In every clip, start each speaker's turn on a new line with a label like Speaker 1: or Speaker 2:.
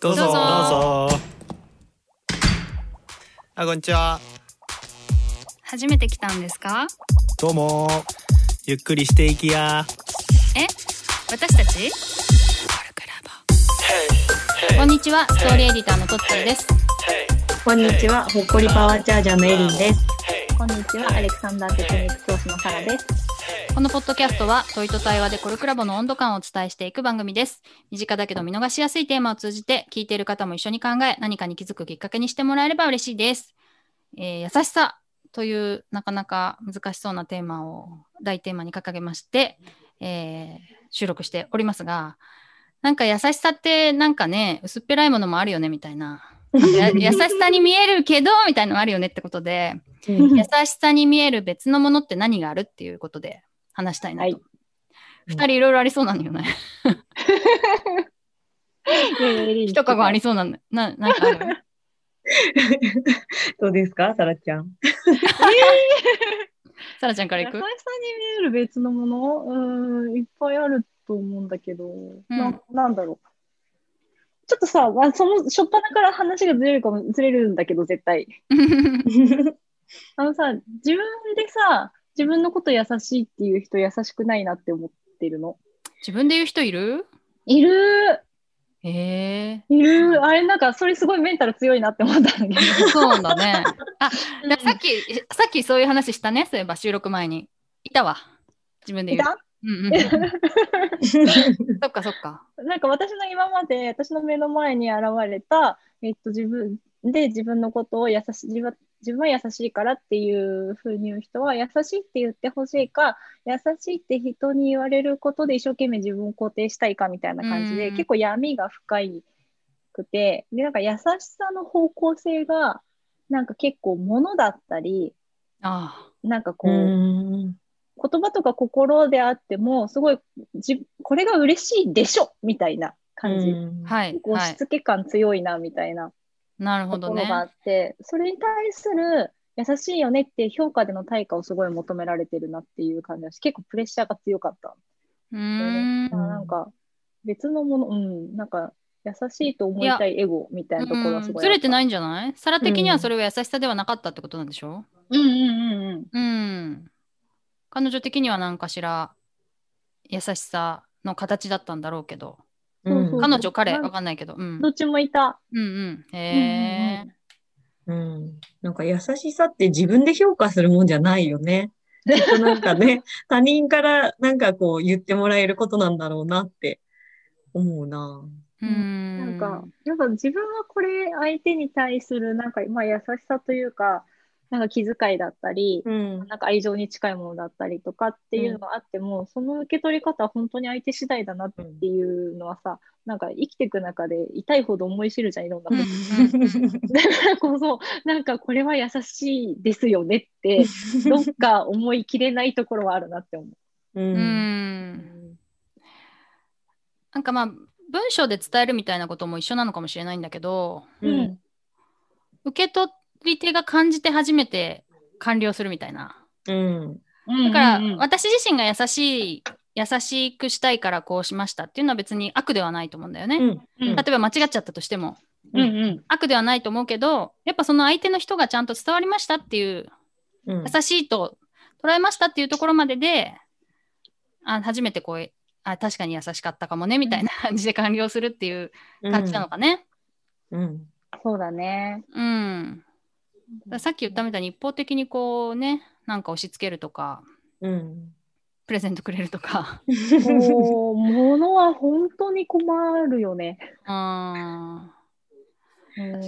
Speaker 1: どうぞ
Speaker 2: どうぞ
Speaker 1: あこんにちは
Speaker 2: 初めて来たんですか
Speaker 1: どうもゆっくりしていきや
Speaker 2: え私たち
Speaker 3: こんにちは、ストーリーエディターのトッチーです。
Speaker 4: こんにちは、ほっこりパワーチャージャーのエリンです。
Speaker 5: こんにちは、アレクサンダーテクニック教師のサラです。
Speaker 3: このポッドキャストは問いと対話でコルクラボの温度感をお伝えしていく番組です。身近だけど見逃しやすいテーマを通じて聞いている方も一緒に考え何かに気づくきっかけにしてもらえれば嬉しいです。えー優しさというなかなか難しそうなテーマを大テーマに掲げまして、えー収録しておりますがなんか優しさってなんかね薄っぺらいものもあるよねみたいなや 優しさに見えるけどみたいなのもあるよねってことで優しさに見える別のものって何があるっていうことで話したいなと。
Speaker 5: はい
Speaker 3: 二人いろいろありそうなのよね。 一かごありそうなの。な、なんかある
Speaker 4: どうですか、サラちゃん。
Speaker 3: サラちゃんから
Speaker 5: 優
Speaker 3: い
Speaker 5: しさ
Speaker 3: く
Speaker 5: に見える別のものうーん、いっぱいあると思うんだけど、ななんだろう。ちょっとさ、まあ、その、初っ端から話がずれるかも、ずれるんだけど、絶対。 あのさ、自分でさ、自分のこと優しいっていう人優しくないなって思ってるの。
Speaker 3: 自分で言う人いる
Speaker 5: いる
Speaker 3: え
Speaker 5: いるあれなんか、それすごいメンタル強いなって思ったんだけど。
Speaker 3: えそうだね。あ、だからさっき、さっきそういう話したね、そういえば収録前に。いたわ。自分で
Speaker 5: い
Speaker 3: 言う。
Speaker 5: た
Speaker 3: うんう ん。そっかそっか。
Speaker 5: なんか私の今まで私の目の前に現れた、えっと、自分で自分のことを優しい自分自分は優しいからっていうふうに言う人は優しいって言ってほしいか優しいって人に言われることで一生懸命自分を肯定したいかみたいな感じで
Speaker 3: うん
Speaker 5: 結構闇が深いくてでなんか優しさの方向性がなんか結構物だったり
Speaker 3: あ
Speaker 5: なんかこう、
Speaker 4: うん。
Speaker 5: 言葉とか心であってもすごいじこれが嬉しいでしょみたいな感じ。
Speaker 3: あ、はい
Speaker 5: 結、構
Speaker 3: は
Speaker 5: し
Speaker 3: い。
Speaker 5: つけ感強いなみたいな
Speaker 3: なるほ
Speaker 5: と
Speaker 3: ど
Speaker 5: ころがあ
Speaker 3: ね。
Speaker 5: って、それに対する優しいよねっていう評価での対価をすごい求められてるなっていう感じだし結構プレッシャーが強かった、
Speaker 3: うーん。
Speaker 5: まあなんか別のものうんなんか優しいと思いたいエゴみたいなところはすごい
Speaker 3: ず
Speaker 5: あった
Speaker 3: れてないんじゃないサラ的にはそれは優しさではなかったってことなんでしょ
Speaker 5: うんうんうんうん
Speaker 3: うん。彼女的には何かしら優しさの形だったんだろうけど、
Speaker 4: うん
Speaker 5: そうそう
Speaker 3: 彼女、彼、
Speaker 5: なん
Speaker 3: わかんないけど、うん。
Speaker 5: どっちもいた、
Speaker 3: うんうん。へえ。
Speaker 4: うん。なんか優しさって自分で評価するもんじゃないよね。きっとなんかね、他人からなんかこう言ってもらえることなんだろうなって思うな。
Speaker 3: う
Speaker 5: うん
Speaker 3: ん。
Speaker 5: なんかやっぱ自分はこれ相手に対するなんか、まあ、優しさというかなんか気遣いだったり、
Speaker 4: うん。
Speaker 5: なんか愛情に近いものだったりとかっていうのがあっても、その受け取り方は本当に相手次第だなっていうのはさ、なんか生きていく中で痛いほど思い知るじゃんいろんなこと、
Speaker 3: うんうんうん
Speaker 5: だからこそ なんかこれは優しいですよねって どっか思い切れないところはあるなって思う。
Speaker 4: う。
Speaker 3: うんんなんかまあ、文章で伝えるみたいなことも一緒なのかもしれないんだけど、
Speaker 4: うん。
Speaker 3: 受け取り手が感じて初めて完了するみたいな。
Speaker 4: うん。
Speaker 3: だから、
Speaker 5: うんうんうん
Speaker 3: 私自身が優しい優しくしたいからこうしましたっていうのは別に悪ではないと思うんだよね。
Speaker 4: うん
Speaker 3: 例えば間違っちゃったとしても
Speaker 5: うんうん
Speaker 3: 悪ではないと思うけどやっぱその相手の人がちゃんと伝わりましたっていう
Speaker 4: うん。
Speaker 3: 優しいと捉えましたっていうところまでであ初めてこうあ確かに優しかったかもねみたいな感じで完了するっていう感じなのかね。
Speaker 4: うん。
Speaker 5: そうだ ね。
Speaker 3: うん、だからさっき言ったみたいに一方的にこうねなんか押し付けるとか
Speaker 4: うん。
Speaker 3: プレゼントくれるとか。
Speaker 5: もう物は本当に困るよね。
Speaker 3: うん確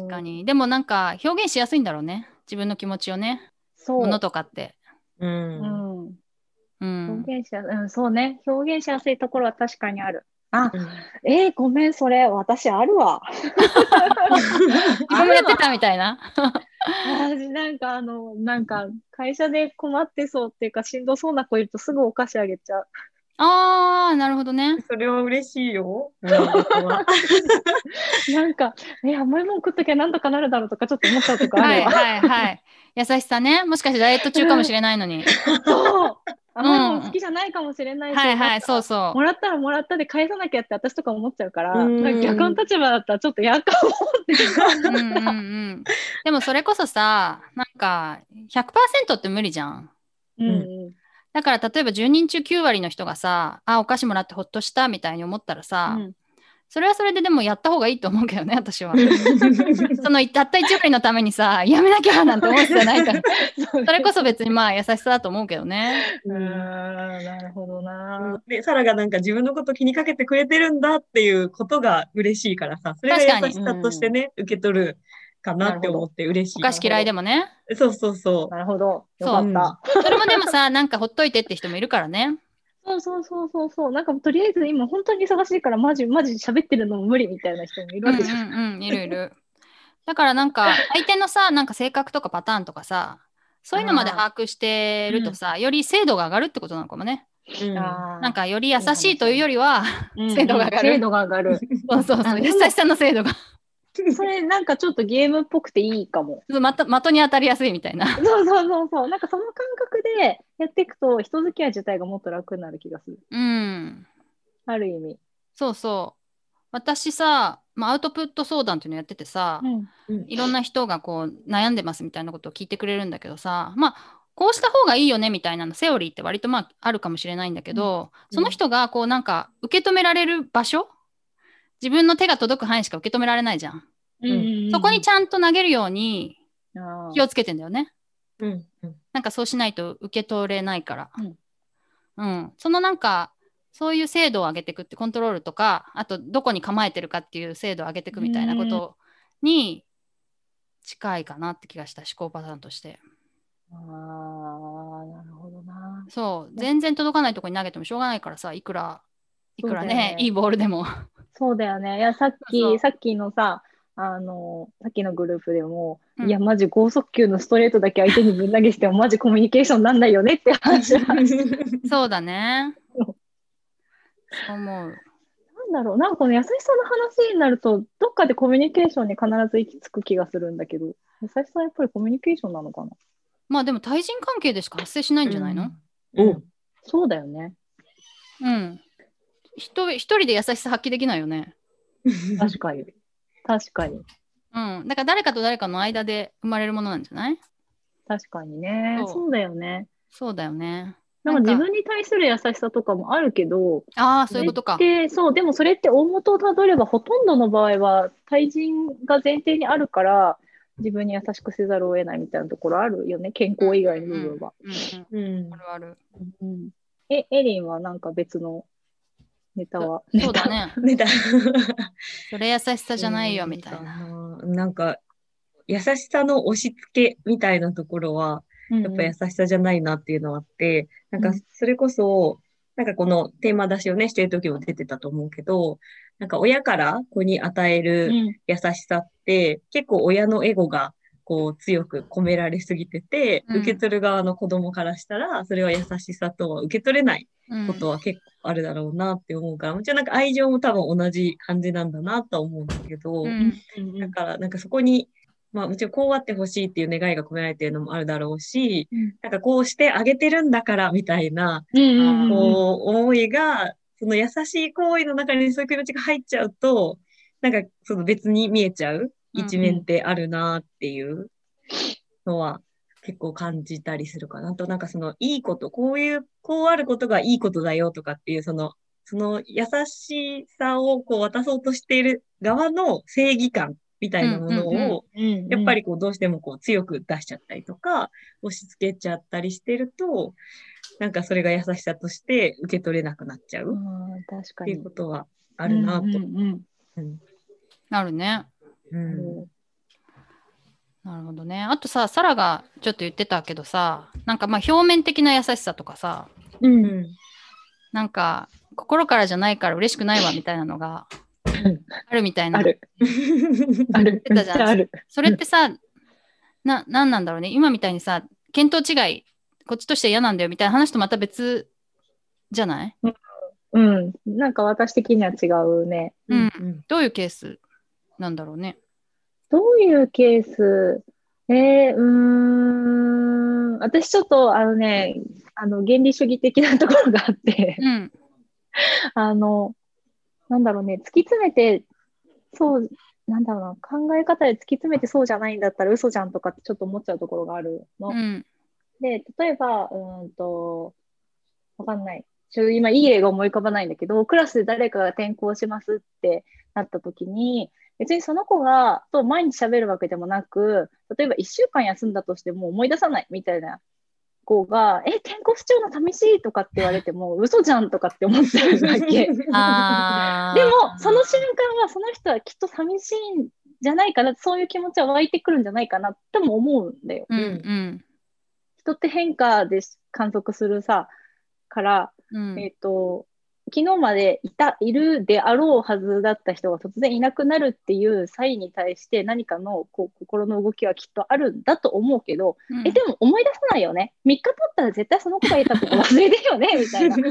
Speaker 3: か
Speaker 5: うん。
Speaker 3: に。でもなんか表現しやすいんだろうね。自分の気持ちをね。
Speaker 5: そう。
Speaker 3: ものとかって。
Speaker 4: う。
Speaker 5: うんん。
Speaker 3: うん。
Speaker 5: 表現しやうん、そうね。表現しやすいところは確かにある。あ、
Speaker 4: うん
Speaker 5: えー、ごめん、それ、私ある わ。
Speaker 3: 自分もやってたみたいな。
Speaker 5: 私、なんか、あの、なんか、会社で困ってそうっていうか、しんどそうな子いるとすぐお菓子あげちゃう。
Speaker 3: あー、なるほどね。
Speaker 4: それは嬉しいよ。うん
Speaker 5: なんか、え、甘いもん食っときゃなんとかなるだろうとか、ちょっと思っちゃうとかあ
Speaker 3: はい
Speaker 5: るわ。
Speaker 3: はいはい。優しさね。もしかしてダイエット中かもしれないのに。
Speaker 5: そう。あまりにも好きじゃないかもしれないし、
Speaker 3: はいは
Speaker 5: なん
Speaker 3: い、
Speaker 5: か
Speaker 3: そうそ
Speaker 5: もらったらもらったで返さなきゃって私とか思っちゃうから、
Speaker 4: うん
Speaker 5: なんか逆の立場だったらちょっと嫌かもって
Speaker 3: う。うんうんうん。でもそれこそさ、なんか100%って無理じゃん。
Speaker 5: うん
Speaker 3: だから例えば10人中9割の人がさ、あ、お菓子もらってほっとしたみたいに思ったらさ、
Speaker 5: うん
Speaker 3: それはそれででもやった方がいいと思うけどね、私は。そのたった1割のためにさ、やめなきゃなんて思うじゃない から。そ
Speaker 5: そ
Speaker 3: れこ
Speaker 5: そ。
Speaker 3: そ別にまあ優しさだと思うけどね。
Speaker 5: うーんなるほどな。
Speaker 4: で、サラがなんか自分のこと気にかけてくれてるんだっていうことが嬉しいからさ、それ
Speaker 3: 確
Speaker 4: が
Speaker 3: か
Speaker 4: 優
Speaker 3: に
Speaker 4: しさとしてね、受け取るかなって思って嬉し
Speaker 3: お
Speaker 4: い。
Speaker 3: 菓子嫌いでもね。
Speaker 4: そうそうそ
Speaker 5: なるほど。よ
Speaker 3: そう
Speaker 5: かった。
Speaker 3: それもでもさ、なんかほっといてって人もいるからね。
Speaker 5: そうそうそうそうそう。なんかとりあえず今本当に忙しいからマジマジ喋ってるのも無理みたいな人もい
Speaker 3: う
Speaker 5: るわ
Speaker 3: ん
Speaker 5: けじゃん。
Speaker 3: うんうん、いるいる。だからなん か相手のさ、なんか性格とかパターンとかさ、そういうのまで把握してるとさ、より精度が上がるってことなのかもね。
Speaker 4: う。うん
Speaker 5: あー
Speaker 3: なんかより優しいというよりは、
Speaker 5: うん
Speaker 3: 精度が上がる
Speaker 5: 精度が上がる。
Speaker 3: そうそうそう、優しさの精度が
Speaker 5: それなんかちょっとゲームっぽくていいかも。
Speaker 3: また的に当たりやすいみたいな。
Speaker 5: そうそうそうそう。なんかその感覚でやっていくと人付き合い自体がもっと楽になる気がする。
Speaker 3: うん。
Speaker 5: ある意味。
Speaker 3: そうそう。私さ、まあ、アウトプット相談っていうのやっててさ、いろんな人がこう悩んでますみたいなことを聞いてくれるんだけどさ、まあ、こうした方がいいよねみたいなのセオリーって割とまああるかもしれないんだけど、
Speaker 4: うん
Speaker 3: その人がこうなんか受け止められる場所自分の手が届く範囲しか受け止められないじゃん。
Speaker 5: うん
Speaker 3: そこにちゃんと投げるように
Speaker 5: あ
Speaker 3: 気
Speaker 5: ー
Speaker 3: をつけてんだよね。
Speaker 4: うんうん
Speaker 3: なんかそうしないと受け取れないから。
Speaker 5: うん
Speaker 3: うんそのなんかそういう精度を上げていくってコントロールとかあとどこに構えてるかっていう精度を上げていくみたいなことに近いかなって気がした思考パターンとして
Speaker 5: あーなるほどな。
Speaker 3: そう
Speaker 5: ね
Speaker 3: 全然届かないとこに投げてもしょうがないからさいくらいくら
Speaker 5: そうだよ
Speaker 3: ね
Speaker 5: ね
Speaker 3: いいボールで も
Speaker 5: そうだよね。いや、さっき、
Speaker 3: そうそう
Speaker 5: さっきのさ、あの、さっきのグループでも、
Speaker 3: うん
Speaker 5: いや、マジ剛速球のストレートだけ相手にぶん投げしても、マジコミュニケーションなんないよねって話は。なん
Speaker 3: そうだね
Speaker 5: そ
Speaker 3: そう思う
Speaker 5: だろう、なんかこの優しさの話になると、どっかでコミュニケーションに必ず行き着く気がするんだけど、優しさはやっぱりコミュニケーションなのかな。
Speaker 3: まあでも対人関係でしか発生しないんじゃないの、
Speaker 4: うん。
Speaker 5: そうだよね。
Speaker 3: うん。人一人で優しさ発揮できないよね。
Speaker 5: 確かに。確かに。
Speaker 3: うん。だから誰かと誰かの間で生まれるものなんじゃない
Speaker 5: 確かにね。
Speaker 3: そう
Speaker 5: そうだよね。
Speaker 3: そうだよね。
Speaker 5: なん
Speaker 3: な
Speaker 5: か
Speaker 3: んか
Speaker 5: 自分に対する優しさとかもあるけど、
Speaker 3: ああ、そういうことか。
Speaker 5: で、そう、でもそれって大元をたどれば、ほとんどの場合は、対人が前提にあるから、自分に優しくせざるを得ないみたいなところあるよね、健康以外の部分は。
Speaker 3: うんうん。
Speaker 4: うん
Speaker 3: あ。るある。
Speaker 5: うんえ、エリンはなんか別のネタは
Speaker 3: そうだ ね。
Speaker 4: ねだ。
Speaker 3: それ優しさじゃないよみたいな。
Speaker 4: な。なんか、優しさの押し付けみたいなところは、やっぱ優しさじゃないなっていうのはあって、なんかそれこそ、なんかこのテーマ出しをね、してる時も出てたと思うけど、なんか親から子に与え
Speaker 5: う
Speaker 4: る
Speaker 5: ん
Speaker 4: 優しさって、結構親のエゴがこう強く込められすぎてて、
Speaker 3: うん
Speaker 4: 受け取る側の子供からしたら、それは優しさとは受け取れない
Speaker 3: うん
Speaker 4: ことは結構あるだろうなって思うから、もちろんなんか愛情も多分同じ感じなんだなとは思うんだけど、
Speaker 3: うん
Speaker 5: うん
Speaker 4: だから、なんかそこに、まあもちろんこうあってほしいっていう願いが込められてるのもあるだろうし、
Speaker 5: うん
Speaker 4: なんかこうしてあげてるんだからみたいな、
Speaker 5: うんうん
Speaker 4: こう思いが、その優しい行為の中にそういう気持ちが入っちゃうと、なんかその別に見えちゃう
Speaker 3: うん
Speaker 4: 一面ってあるなっていうのは結構感じたりするかなあと、なんかそのいいこと、こういう、こうあることがいいことだよとかっていう、その、その優しさをこう渡そうとしている側の正義感みたいなものを、
Speaker 3: うんうん
Speaker 5: うん
Speaker 4: やっぱりこうどうしてもこう強く出しちゃったりとか、押し付けちゃったりしてると、なんかそれが優しさとして受け取れなくなっちゃ
Speaker 5: う
Speaker 4: うん
Speaker 5: 確か
Speaker 4: ってい
Speaker 5: に
Speaker 4: うことはあるなと。
Speaker 5: うんうんうん
Speaker 4: うん
Speaker 3: なるね。
Speaker 4: うん
Speaker 3: なるほどね。あとさ、サラがちょっと言ってたけどさ、なんかまあ表面的な優しさとかさ、
Speaker 5: うん
Speaker 4: うん
Speaker 3: なんか心からじゃないから嬉しくないわみたいなのが
Speaker 5: うん
Speaker 3: あるみたいな
Speaker 5: あ。るある
Speaker 3: 言ってたじゃん
Speaker 5: めっちある
Speaker 3: それってさ、な、なんなんだろうね。今みたいにさ、見当違い、こっちとしては嫌なんだよみたいな話とまた別じゃない
Speaker 5: うんなんか私的には違うね
Speaker 3: うん
Speaker 4: うん
Speaker 3: どういうケースなんだろうね。
Speaker 5: どういうケースえー、うーん。うん、私ちょっと、あのね、あの、原理主義的なところがあって、
Speaker 3: うん。
Speaker 5: あの、なんだろうね、突き詰めて、そう、なんだろうな、考え方で突き詰めてそうじゃないんだったら嘘じゃんとかってちょっと思っちゃうところがあるの。
Speaker 3: うん。
Speaker 5: で、例えば、うーんと、わかんない。ちょっと今、いい例が思い浮かばないんだけど、クラスで誰かが転校しますってなった時に、別にその子が、と毎日喋るわけでもなく、例えば1週間休んだとしても思い出さないみたいな子が、え、転校不調の寂しいとかって言われても、嘘じゃんとかって思っちゃうわけ。
Speaker 3: あー
Speaker 5: でも、その瞬間は、その人はきっと寂しいんじゃないかな、そういう気持ちは湧いてくるんじゃないかなとも思うんだよ。
Speaker 3: うんうん。
Speaker 5: 人って変化で観測するさ、から、
Speaker 3: うん。
Speaker 5: えっ、と、昨日までいた、いるであろうはずだった人が突然いなくなるっていう際に対して何かのこう心の動きはきっとあるんだと思うけど、
Speaker 3: うん
Speaker 5: え、でも思い出さないよね。3日経ったら絶対その子がいたこと忘れてるよね、みたいな。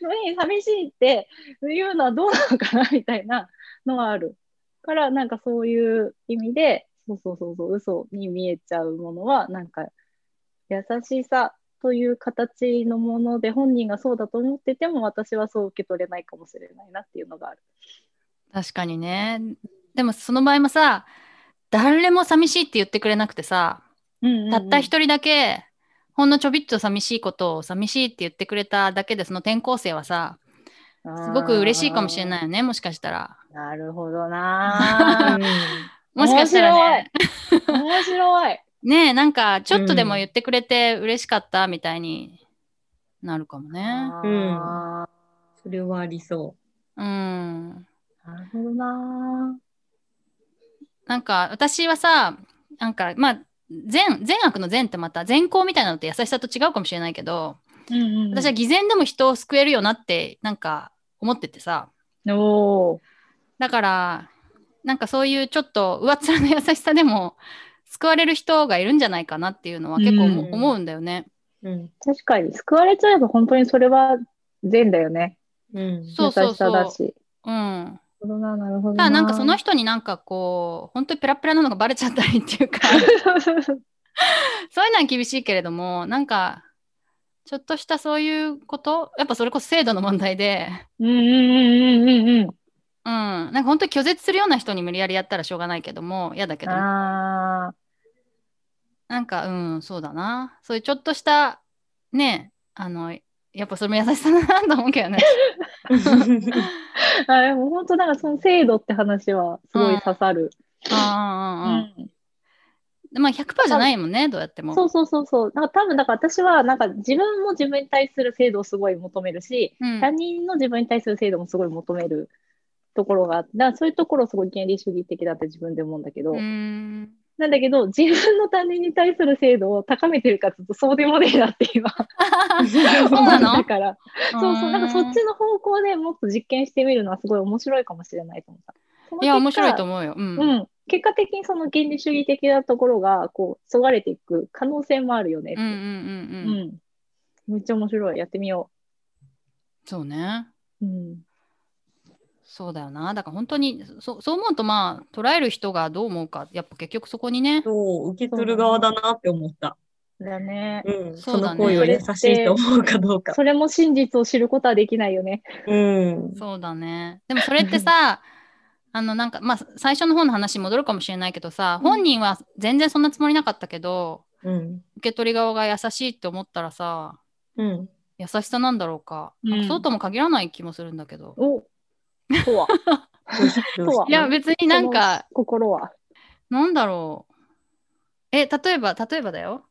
Speaker 5: のに寂しいっていうのはどうなのかなみたいなのはある。から、なんかそういう意味で、そうそうそうそう、嘘に見えちゃうものは、なんか優しさという形のもので、本人がそうだと思ってても、私はそう受け取れないかもしれないなっていうのがある。
Speaker 3: 確かにね。でもその場合もさ、誰も寂しいって言ってくれなくてさ、たった一人だけ、ほんのちょびっと寂しいことを寂しいって言ってくれただけで、その転校生はさ、す
Speaker 5: す
Speaker 3: ごく嬉しいかもしれない
Speaker 5: い。
Speaker 3: よね、もしかしたら。
Speaker 5: なるほどな
Speaker 3: もしかしたらね、
Speaker 5: ぁ面白い。
Speaker 3: ねえ、なんかちょっとでも言ってくれて嬉しかったみたいになるかもね。
Speaker 4: うん
Speaker 5: あ
Speaker 4: それはありそ
Speaker 3: うん。
Speaker 5: ーなるほどな
Speaker 3: なんか私はさなんかまあ善善悪の善ってまた善行みたいなのって優しさと違うかもしれないけど、
Speaker 5: ぁうんうん
Speaker 3: 私は偽善でも人を救えるよなってなんか思っててさ
Speaker 5: おー
Speaker 3: だからなんかそういうちょっと上っ面の優しさでも救われる人がいるんじゃないかなっていうのは結構思,、
Speaker 5: うん
Speaker 3: 思うんだよね。
Speaker 4: う。うん。
Speaker 5: 確かに救われちゃえば本当にそれは善だよね。
Speaker 4: うん。
Speaker 3: そうそうそう
Speaker 5: 優しさだし。
Speaker 3: うん、
Speaker 5: なるほどな、なるほど
Speaker 3: ただなんかその
Speaker 5: 人。
Speaker 3: 人になんかこう本当にペラペラなのがバレちゃったりっていうか そういうのは厳しいけれどもなんかちょっとしたそういうことやっぱそれこそ制度の問題で
Speaker 5: うんうんうんうんうんう
Speaker 3: うん、なんか本当に拒絶するような人に無理やりやったらしょうがないけども嫌だけ
Speaker 5: ん。
Speaker 3: ども
Speaker 5: ああ。
Speaker 3: なんかうんそうだなそういうちょっとしたねあのやっぱそれも優しさだなと思うけ どね
Speaker 5: あでも本当なんかその制度って話はすごい刺さる。う
Speaker 3: ああ、
Speaker 5: ん
Speaker 3: うん、まあ100%じゃないもんねどうやっても
Speaker 5: そうそうそうそう。なんか多分だから私はなんか自分も自分に対する制度をすごい求めるし、
Speaker 3: うん、
Speaker 5: 他人の自分に対する制度もすごい求めるところがあって、だからそういうところすごい原理主義的だって自分で思うんだけど。
Speaker 3: うん
Speaker 5: なんだけど、自分の他人に対する制度を高めてるかずっとそうでもねえなって今、
Speaker 3: そうなの
Speaker 5: だから、そうそう、なんかそっち
Speaker 3: うん
Speaker 5: の方向でもっと実験してみるのはすごい面白いかもしれないと思った。その
Speaker 3: いや面白いと
Speaker 5: 思
Speaker 3: 思うよ、うん
Speaker 5: うん。結果的にその原理主義的なところが、こう、そがれていく可能性もあるよね
Speaker 3: うんうん
Speaker 5: っ
Speaker 3: う
Speaker 5: て。
Speaker 3: んうん
Speaker 5: うんめっちゃ面白い。やってみよ
Speaker 3: そうね
Speaker 5: う。うん。
Speaker 3: そうだよなだから本当にそそう思うとまあ捉える人がどう思うかやっぱ結局そこにね
Speaker 4: そう、受け取る側だなって思った。
Speaker 5: だね。
Speaker 4: うん。
Speaker 3: そ
Speaker 4: そう
Speaker 3: だ
Speaker 4: の
Speaker 3: ね
Speaker 4: 行為を優しいと思うかどうか。
Speaker 5: それも真実を知ることはできないよね。
Speaker 4: うん。
Speaker 3: そうだね。でもそれってさ、あのなんかまあ最初の方の話に戻るかもしれないけどさ、
Speaker 5: うん
Speaker 3: 本人は全然そんなつもりなかったけど、
Speaker 4: うん。
Speaker 3: 受け取り側が優しいって思ったらさ、
Speaker 4: うん。
Speaker 3: 優しさなんだろうか。
Speaker 5: うん
Speaker 3: なんかそうとも限らない気もするんだけど。
Speaker 5: おとは。
Speaker 4: どうしどうし
Speaker 5: とはい
Speaker 3: や別になんか、
Speaker 5: その 心は。
Speaker 3: なんだろう。え、例えば、例えばだよ。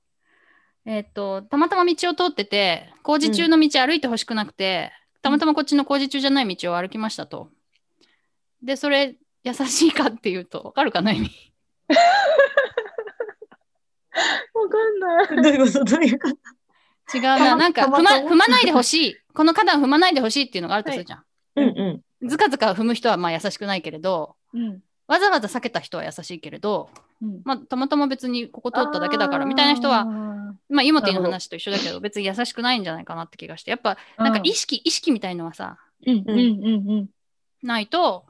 Speaker 3: えっ、と、たまたま道を通ってて、工事中の道歩いてほしくなくて、たまたまこっちの工事中じゃない道を歩きましたと。で、それ、優しいかっていうと、わかるかな意味。
Speaker 5: わかんない。
Speaker 4: どういうことどういうこと
Speaker 3: 違うな。なんか、
Speaker 4: たま
Speaker 3: 踏ま、
Speaker 4: たま
Speaker 3: 踏まないでほしい。この花壇踏まないでほしいっていうのがあるとするじゃん。
Speaker 4: うんうん。
Speaker 3: ずかずか踏む人はまあ優しくないけれど、
Speaker 5: うん。
Speaker 3: わざわざ避けた人は優しいけれど、
Speaker 5: うん
Speaker 3: まあ、たまたま別にここ通っただけだからみたいな人は、
Speaker 5: は、
Speaker 3: まあ、今という
Speaker 5: なるほど
Speaker 3: 話と一緒だけど、別に優しくないんじゃないかなって気がして、やっぱ、なんか意識、意識みたいのはさ、
Speaker 5: うんうんうんうん。
Speaker 3: ないと、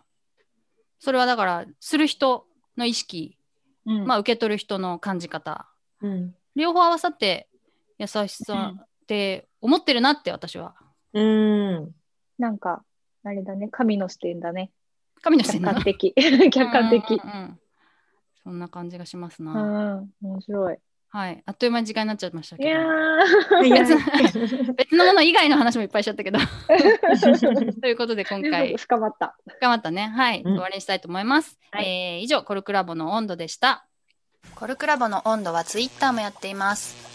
Speaker 3: それはだから、する人の意識、
Speaker 5: うん
Speaker 3: まあ、受け取る人の感じ方
Speaker 4: うん。
Speaker 3: 両方合わさって優しさって思ってるなって私は。
Speaker 4: うん。
Speaker 5: なんか、あれだね、神の視点だね。
Speaker 3: 神の視
Speaker 5: 客
Speaker 3: 点な
Speaker 5: 観的。 客 観
Speaker 3: うん
Speaker 5: 的。
Speaker 3: うんうんそんな感じがします
Speaker 5: う
Speaker 3: な。
Speaker 5: ん、面白い。
Speaker 3: はい。あっという間に時間になっちゃいました
Speaker 5: い
Speaker 3: け
Speaker 5: や
Speaker 3: ど。
Speaker 5: ー。
Speaker 4: 早い
Speaker 3: 別の別のもの以外の話もいっぱいしちゃったけど。 ということで今回
Speaker 5: 深まった。
Speaker 3: 頑張ったね。はい。
Speaker 4: うん
Speaker 3: 終わりにしたいと思います。
Speaker 5: は
Speaker 3: えー以上、コルクラボの温度でした。
Speaker 6: コルクラボの温度はツイッターもやっています。